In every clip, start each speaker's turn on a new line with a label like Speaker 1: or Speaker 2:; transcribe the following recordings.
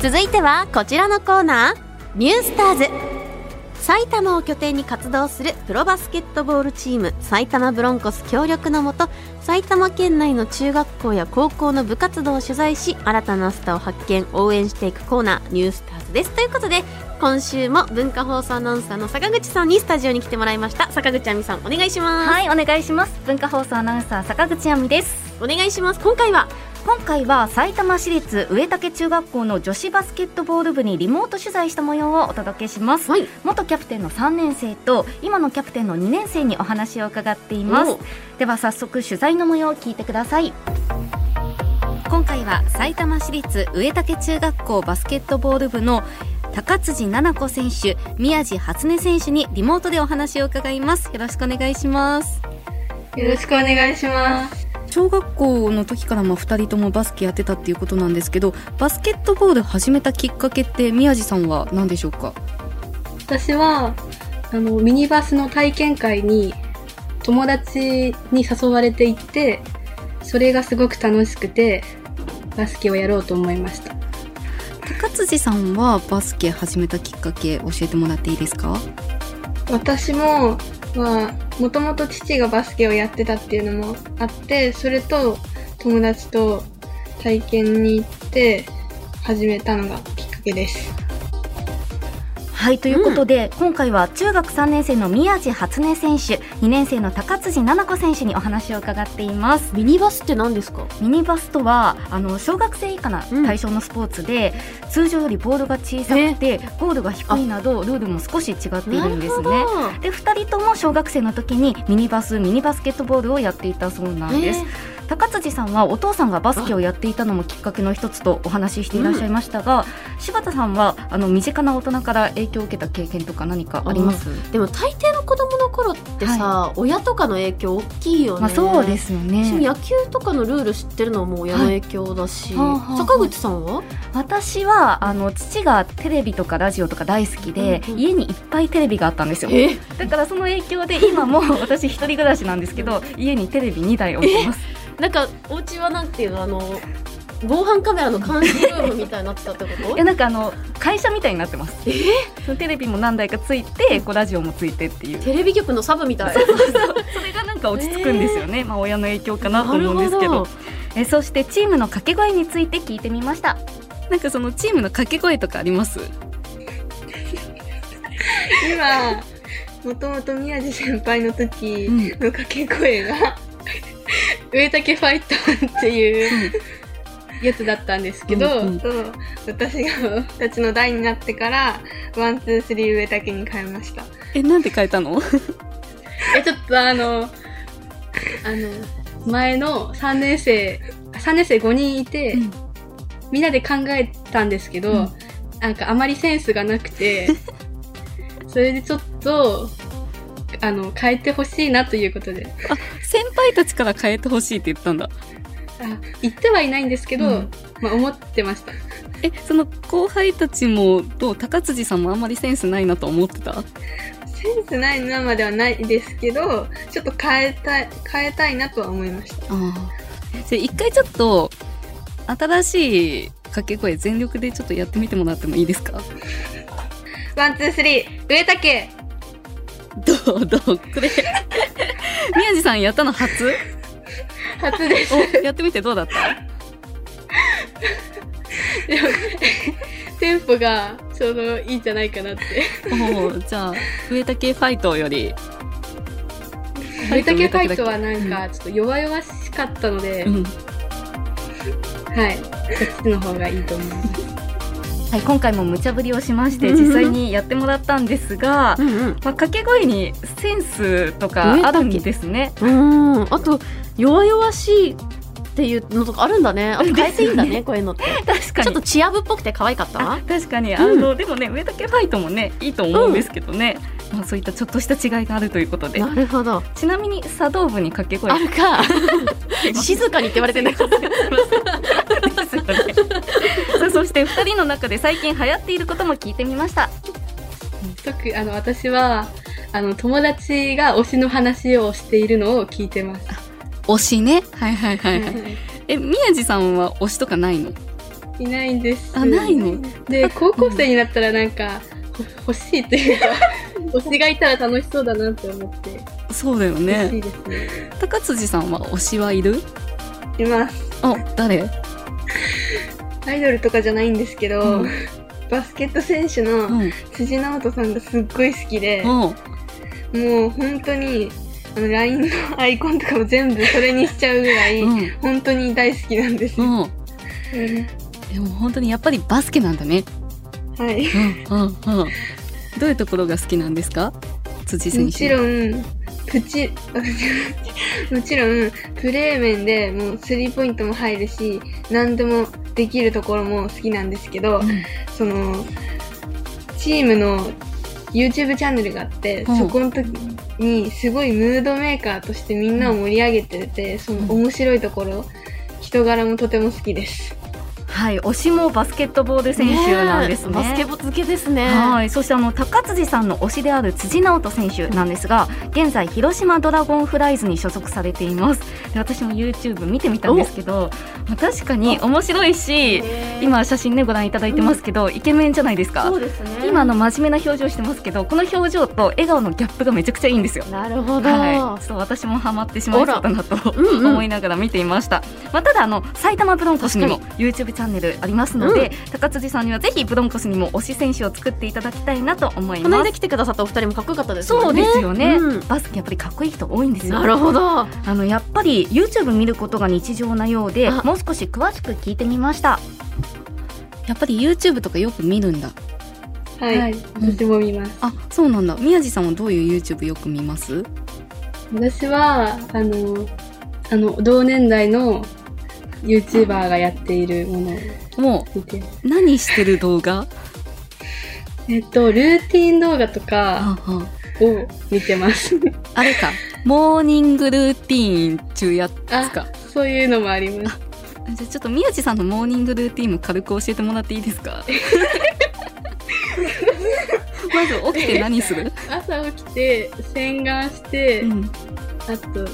Speaker 1: 続いてはこちらのコーナーニュースターズ埼玉を拠点に活動するプロバスケットボールチーム埼玉ブロンコス協力のもと埼玉県内の中学校や高校の部活動を取材し新たなスターを発見応援していくコーナーニュースターズですということで今週も文化放送アナウンサーの坂口さんにスタジオに来てもらいました坂口亜美さんお願いします、
Speaker 2: はい、お願いします。文化放送アナウンサー坂口亜美です。
Speaker 1: お願いします今回は
Speaker 2: 今回は埼玉市立上竹中学校の女子バスケットボール部にリモート取材した模様をお届けします。
Speaker 1: はい
Speaker 2: 元キャプテンの3年生と今のキャプテンの2年生にお話を伺っています
Speaker 1: お
Speaker 2: では早速取材の模様を聞いてください今回は埼玉市立上竹中学校バスケットボール部の高辻七子選手宮地初音選手にリモートでお話を伺いますよろしくお願いします
Speaker 3: よろしくお願いします。
Speaker 2: 小学校の時からまあ2人ともバスケやってたっていうことなんですけどバスケットボール始めたきっかけって宮地さんは何でしょうか
Speaker 3: 私は、あの、ミニバスの体験会に友達に誘われて行って、それがすごく楽しくて、バスケをやろうと思いました。
Speaker 2: 高辻さんはバスケ始めたきっかけ教えてもらっていいですか
Speaker 3: 私も、は、もともと父がバスケをやってたっていうのもあって、それと友達と体験に行って始めたのがきっかけです。
Speaker 2: はいということで、今回は中学3年生の宮地初音選手2年生の高辻七子選手にお話を伺っています
Speaker 1: ミニバスって何ですか
Speaker 2: ミニバスとはあの小学生以下な対象のスポーツで、通常よりボールが小さくて、ゴールが低いなどルールも少し違っているんですねで2人とも小学生の時にミニバスミニバスケットボールをやっていたそうなんです、高辻さんはお父さんがバスケをやっていたのもきっかけの一つとお話ししていらっしゃいましたが、柴田さんはあの身近な大人から影響を受けた経験とか何かあります、
Speaker 1: でも大抵の子供の頃ってさ、親とかの影響大きいよね、
Speaker 2: まあ、そうですよ
Speaker 1: 私も
Speaker 2: ね
Speaker 1: 野球とかのルール知ってるのはもう親の影響だし、
Speaker 2: はいはあはあ
Speaker 1: 坂口さんは
Speaker 2: 私はあの父がテレビとかラジオとか大好きで、
Speaker 1: うんうん
Speaker 2: 家にいっぱいテレビがあったんですよ
Speaker 1: え
Speaker 2: だからその影響で今も私一人暮らしなんですけど家にテレビ2台置いてます
Speaker 1: なんかお家はなんていうのあの防犯カメラの監視ルームみたいになってたってこ
Speaker 2: い
Speaker 1: と
Speaker 2: やなんかあの会社みたいになってますそのテレビも何台かついてこうラジオもついてっていう
Speaker 1: テレビ局のサブみたい
Speaker 2: それがなんか落ち着くんですよね、まあ親の影響かなと思うんですけ
Speaker 1: なるほ
Speaker 2: ど
Speaker 1: ど
Speaker 2: えそしてチームの掛け声について聞いてみましたなんかそのチームの掛け声とかあります
Speaker 3: 今、もともと宮地先輩の時、
Speaker 2: うん
Speaker 3: の掛け声が 植竹ファイターっていうやつだったんですけど、
Speaker 2: うんうん
Speaker 3: そう私がたちの代になってからワンツースリー植竹に変えました
Speaker 2: えなんで変えたの
Speaker 3: えちょっとあのあの前の3年生3年生5人いて、
Speaker 2: うん
Speaker 3: みんなで考えたんですけど、
Speaker 2: うん
Speaker 3: なんかあまりセンスがなく てそれでちょっとあの変えてほしいなということで
Speaker 2: 先輩たちから変えてほしいって言ったんだ
Speaker 3: あ言ってはいないんですけど、
Speaker 2: うん
Speaker 3: まあ、思ってました
Speaker 2: えその後輩たちもどう高辻さんもあんまりセンスないなと思ってた
Speaker 3: センスないなまではないですけどちょっと変えたい変えたいなとは思いました
Speaker 2: ああ一回ちょっと新しい掛け声全力でちょっとやってみてもらってもいいですか
Speaker 3: ワンツースリー植竹
Speaker 2: どうどうこれ 宮地さんやったの初
Speaker 3: 初です
Speaker 2: おやってみてどうだった
Speaker 3: でもテンポがちょうどいいんじゃないかなって
Speaker 2: おーじゃあ上竹ファイトより
Speaker 3: 植竹ファイトはなん
Speaker 2: う
Speaker 3: かちょっと弱々しかったので、
Speaker 2: うん
Speaker 3: はいこっちの方がいいと思います
Speaker 2: はい、今回も無茶ぶりをしまして
Speaker 1: うん
Speaker 2: 実際にやってもらったんですが、
Speaker 1: うん
Speaker 2: まあ、掛け声にセンスとかあるんですね。
Speaker 1: うんうんあと弱々しいっていうのとかあるんだねあと変えていいんだねこういうのって
Speaker 2: 確かに
Speaker 1: ちょっとチア部っぽくて可愛かった
Speaker 2: あ
Speaker 1: わ
Speaker 2: 確かにあの、でもね上竹ファイトもねいいと思うんですけどね、まあ、そういったちょっとした違いがあるということで
Speaker 1: なるほど
Speaker 2: ちなみに茶道部に掛け声
Speaker 1: ある か
Speaker 2: てます
Speaker 1: 静かにって言われてんだけど
Speaker 2: ですよねさあそして2人の中で最近流行っていることも聞いてみました
Speaker 3: 特あの私はあの友達が推しの話をしているのを聞いてます
Speaker 2: 推しねはいはいは
Speaker 3: はい
Speaker 2: え宮地さんは推しとかないの
Speaker 3: いないんです。
Speaker 2: あないの
Speaker 3: で、高校生になったらなんか、ほ欲しいとい うか、推しがいたら楽しそうだなって思って、
Speaker 2: そうだよ
Speaker 3: 嬉 し
Speaker 2: ね
Speaker 3: いですね。
Speaker 2: 高辻さんは推しはいる
Speaker 3: います。
Speaker 2: あ誰
Speaker 3: アイドルとかじゃないんですけど、
Speaker 2: うん
Speaker 3: バスケット選手
Speaker 2: う
Speaker 3: の
Speaker 2: ん
Speaker 3: 辻直人さんがすっごい好きで、
Speaker 2: うん
Speaker 3: もう本当に、あの、LINE のアイコンとかも全部それにしちゃうぐらい、
Speaker 2: うん
Speaker 3: 本当に大好きなんですよ。
Speaker 2: うんでも本当にやっぱりバスケなんだね
Speaker 3: はい。
Speaker 2: うんうんうんどういうところが好きなんですか辻選手
Speaker 3: もちろん、プチ、 もちろん、プレー面でもうスリーポイントも入るし、何でもできるところも好きなんですけど、
Speaker 2: うん
Speaker 3: その、チームの YouTube チャンネルがあって、
Speaker 2: うん
Speaker 3: そこの時にすごいムードメーカーとしてみんなを盛り上げてて、その面白いところ、人柄もとても好きです。
Speaker 2: はい推しもバスケットボール選手なんですね
Speaker 1: バスケボ漬けですね。
Speaker 2: はい、そしてあの高辻さんの推しである辻直人選手なんですが、現在広島ドラゴンフライズに所属されています。で私も YouTube 見てみたんですけど、まあ確かに面白いし、
Speaker 1: へー
Speaker 2: 今写真ねご覧いただいてますけど、イケメンじゃないですか
Speaker 1: そ。うですね。
Speaker 2: 今あの真面目な表情してますけど、この表情と笑顔のギャップがめちゃくちゃいいんですよ。
Speaker 1: なるほど。
Speaker 2: はい、そう私もハマってしまいそうだなと
Speaker 1: うんうん
Speaker 2: 思いながら見ていました、まあ、ただあの埼玉ブロンコスにも YouTube チャンネルありますので、高辻さんにはぜひブロンコスにも推し選手を作っていただきたいなと思い
Speaker 1: この
Speaker 2: ます
Speaker 1: 間来てくださったお二人もかっこよかったです
Speaker 2: そ
Speaker 1: も
Speaker 2: うんで
Speaker 1: ね。
Speaker 2: すよね、
Speaker 1: うん
Speaker 2: バスケやっぱりかっこいい人多いんですよ
Speaker 1: なるほど。
Speaker 2: あのやっぱり YouTube 見ることが日常なようで
Speaker 1: あ
Speaker 2: もう少し詳しく聞いてみましたやっぱり YouTube とかよく見るんだ
Speaker 3: はい。
Speaker 1: はい
Speaker 3: 私も見ます。
Speaker 2: あそうなんだ宮地さんはどういう YouTube よく見ます
Speaker 3: 私は、あの、あの、同年代の YouTuber がやっているものを
Speaker 2: も
Speaker 3: 見てます
Speaker 2: う何してる動画
Speaker 3: えっと、ルーティン動画と か
Speaker 2: ああ
Speaker 3: を見てます。
Speaker 2: あれか、 モーニングルーティーン中やっつか。
Speaker 3: そういうのもあります。
Speaker 2: じゃあちょっと宮地さんのモーニングルーティーンも軽く教えてもらっていいです かまず起きて何する、
Speaker 3: 朝起きて、洗顔し て、
Speaker 2: うん、
Speaker 3: あと、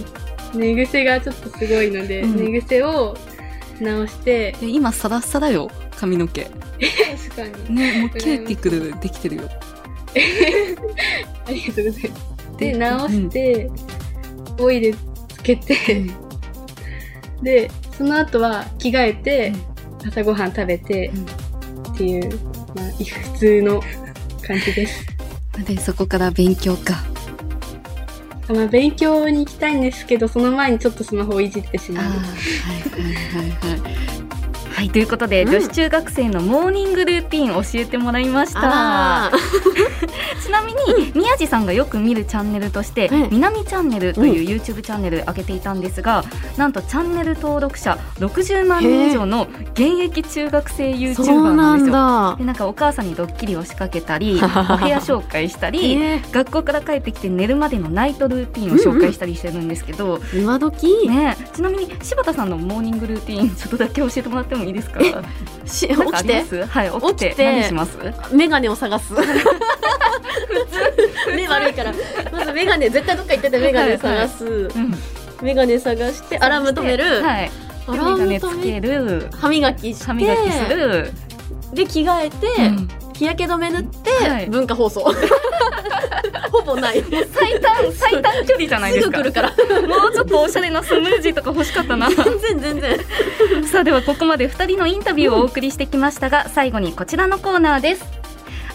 Speaker 3: 寝癖がちょっとすごいので、
Speaker 2: うん
Speaker 3: 寝癖を直して、
Speaker 2: で今サラッサラよ、髪の毛。
Speaker 3: 確かに。
Speaker 2: ね、もうキューティクルできてるよ。
Speaker 3: ありがとうございます。で、直して、オイルつけ
Speaker 2: う
Speaker 3: て、
Speaker 2: ん、
Speaker 3: で、その後は着替えて、朝ごはん食べて、
Speaker 2: うん
Speaker 3: っていう、まあ、普通の感じです。
Speaker 2: で、そこから勉強か。
Speaker 3: まあ、勉強に行きたいんですけど、その前にちょっとスマホをいじってし
Speaker 2: あー
Speaker 3: まう。
Speaker 2: はいはいはいはい。はい、ということで、
Speaker 1: うん
Speaker 2: 女子中学生のモーニングルーティーン教えてもらいました。
Speaker 1: あら
Speaker 2: ちなみに宮地さんがよく見るチャンネルとして
Speaker 1: うん
Speaker 2: 「みなみチャンネル」という YouTube チャンネル上げていたんですがなんとチャンネル登録者60万人以上の現役中学生 YouTuber なんですよ。
Speaker 1: だ
Speaker 2: で。なんかお母さんにドッキリを仕掛けた りお部屋紹介したり、
Speaker 1: ええ
Speaker 2: 学校から帰ってきて寝るまでのナイトルーティンを紹介したりしてるんですけど、
Speaker 1: 今時、
Speaker 2: ね、ちなみに柴田さんのモーニングルーティンちょっとだけ教えてもらってもいいです か
Speaker 1: し起
Speaker 2: なんかあ
Speaker 1: き
Speaker 2: りま
Speaker 1: て
Speaker 2: すはい、起きて
Speaker 1: 起きて
Speaker 2: 何します
Speaker 1: メガネを探す。目悪いからまずメガネ絶対どっか行っててメガネ探す
Speaker 2: うん
Speaker 1: メガネ探してアラーム止める、
Speaker 2: はい、
Speaker 1: ア
Speaker 2: メ
Speaker 1: ラーム
Speaker 2: ガネ
Speaker 1: 止
Speaker 2: つ
Speaker 1: め
Speaker 2: ける
Speaker 1: 歯磨きして
Speaker 2: 歯磨きする、
Speaker 1: で着替えて、
Speaker 2: うん
Speaker 1: 日焼け止め塗って、
Speaker 2: はい
Speaker 1: 文化放送 ほぼないもう
Speaker 2: 最短最短距離じゃないですす
Speaker 1: ぐ来
Speaker 2: か
Speaker 1: る から
Speaker 2: もうちょっとおしゃれなスムージーとか欲しか ったな
Speaker 1: 全然全然
Speaker 2: さあではここまで2人のインタビューをお送りしてきましたが、最後にこちらのコーナーです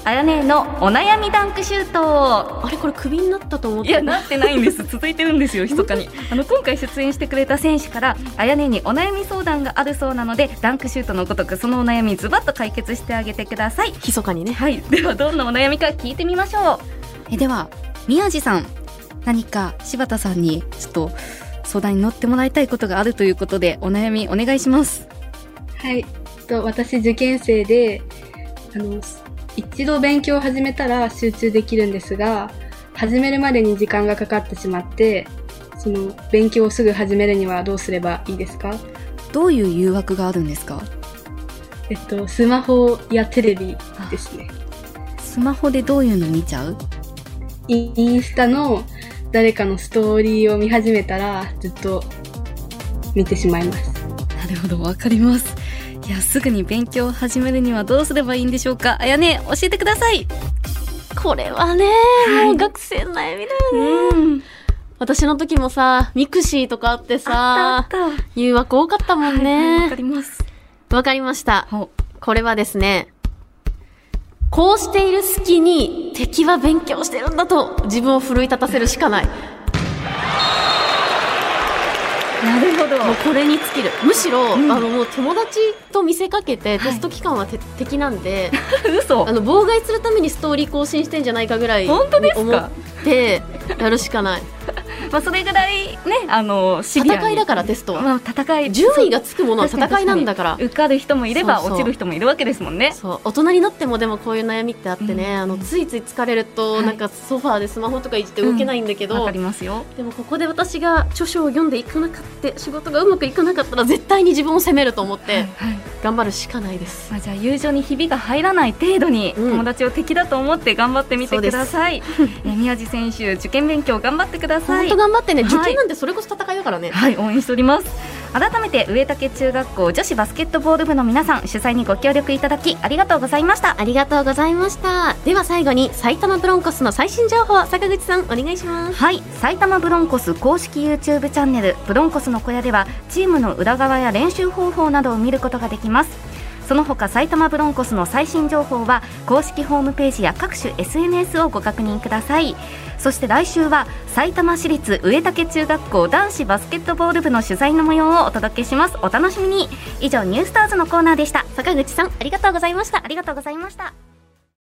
Speaker 2: あやねえのお悩みダンクシュート
Speaker 1: あれこれクビになったと思っ
Speaker 2: い
Speaker 1: て
Speaker 2: やなってないんです続いてるんですよ密かに あの今回出演してくれた選手からあやねえにお悩み相談があるそうなのでダンクシュートのごとくそのお悩みズバッと解決してあげてください
Speaker 1: 密かにね
Speaker 2: はい、 ではどんなお悩みか聞いてみましょう。えでは宮地さん、何か柴田さんにちょっと相談に乗ってもらいたいことがあるということでお悩みお願いします。
Speaker 3: はい。と私、受験生で、あの、一度勉強を始めたら集中できるんですが、始めるまでに時間がかかってしまって、その、勉強をすぐ始めるにはどうすればいいですか
Speaker 2: どういう誘惑があるんですか。
Speaker 3: えっと、スマホやテレビですね。
Speaker 2: スマホでどういうの見ちゃう？
Speaker 3: イインスタの誰かのストーリーを見始めたら、ずっと見てしまいます。
Speaker 2: なるほどわかります。いやすぐに勉強を始めるにはどうすればいいんでしょうかあやね教えてください
Speaker 1: これはね、もう学生の悩みだよね、
Speaker 2: うん
Speaker 1: 私の時もさミクシーとかあって
Speaker 2: あっ
Speaker 1: さ
Speaker 2: たあっ
Speaker 1: 誘惑多かったも
Speaker 2: た
Speaker 1: ん
Speaker 2: はいわ
Speaker 1: ね
Speaker 2: かります
Speaker 1: わかりました
Speaker 2: ほ
Speaker 1: これはですねこうしている隙に敵は勉強してるんだと自分を奮い立たせるしかないも
Speaker 2: なるほど
Speaker 1: うこれに尽きるむしろ、
Speaker 2: うん
Speaker 1: あのもう友達と見せかけて
Speaker 2: は
Speaker 1: テ
Speaker 2: い
Speaker 1: スト期間はて、敵なん で
Speaker 2: 嘘
Speaker 1: あの妨害するためにストーリー更新してんじゃないかぐらい
Speaker 2: 本当ですか
Speaker 1: 思ってやるしかない
Speaker 2: まあそれぐらいねあのシビアに
Speaker 1: 戦いだからテストは
Speaker 2: まあ戦い
Speaker 1: 順位がつくものは戦いなんだから
Speaker 2: 受かる人もいれば
Speaker 1: そうそう
Speaker 2: 落ちる人もいるわけですもんね
Speaker 1: そう大人になってもでもこういう悩みってあってね、
Speaker 2: うん
Speaker 1: あのついつい疲れると、
Speaker 2: はい
Speaker 1: なんかソファーでスマホとかいじって動けないんだけど、
Speaker 2: わかりますよ
Speaker 1: でもここで私が著書を読んでいかなかった仕事がうまくいかなかったら絶対に自分を責めると思っ
Speaker 2: はい
Speaker 1: て
Speaker 2: はい
Speaker 1: 頑張るしかないです、
Speaker 2: まあ、じゃあ友情にひびが入らない程度に
Speaker 1: うん
Speaker 2: 友達を敵だと思って頑張ってみてください、え宮地選手受験勉強頑張ってくださ
Speaker 1: 本
Speaker 2: い
Speaker 1: 当頑張ってね、
Speaker 2: はい
Speaker 1: 受験なんてそれこそ戦いだからね、
Speaker 2: はい応援しております改めて上竹中学校女子バスケットボール部の皆さん主催にご協力いただきありがとうございました
Speaker 1: ありがとうございましたでは最後に埼玉ブロンコスの最新情報坂口さんお願いします
Speaker 2: はい埼玉ブロンコス公式 YouTube チャンネル「ブロンコスの小屋」ではチームの裏側や練習方法などを見ることができますその他埼玉ブロンコスの最新情報は公式ホームページや各種 SNS をご確認くださいそして来週は埼玉市立上竹中学校男子バスケットボール部の取材の模様をお届けしますお楽しみに以上ニュースターズのコーナーでした
Speaker 1: 坂口さんありがとうございました
Speaker 2: ありがとうございました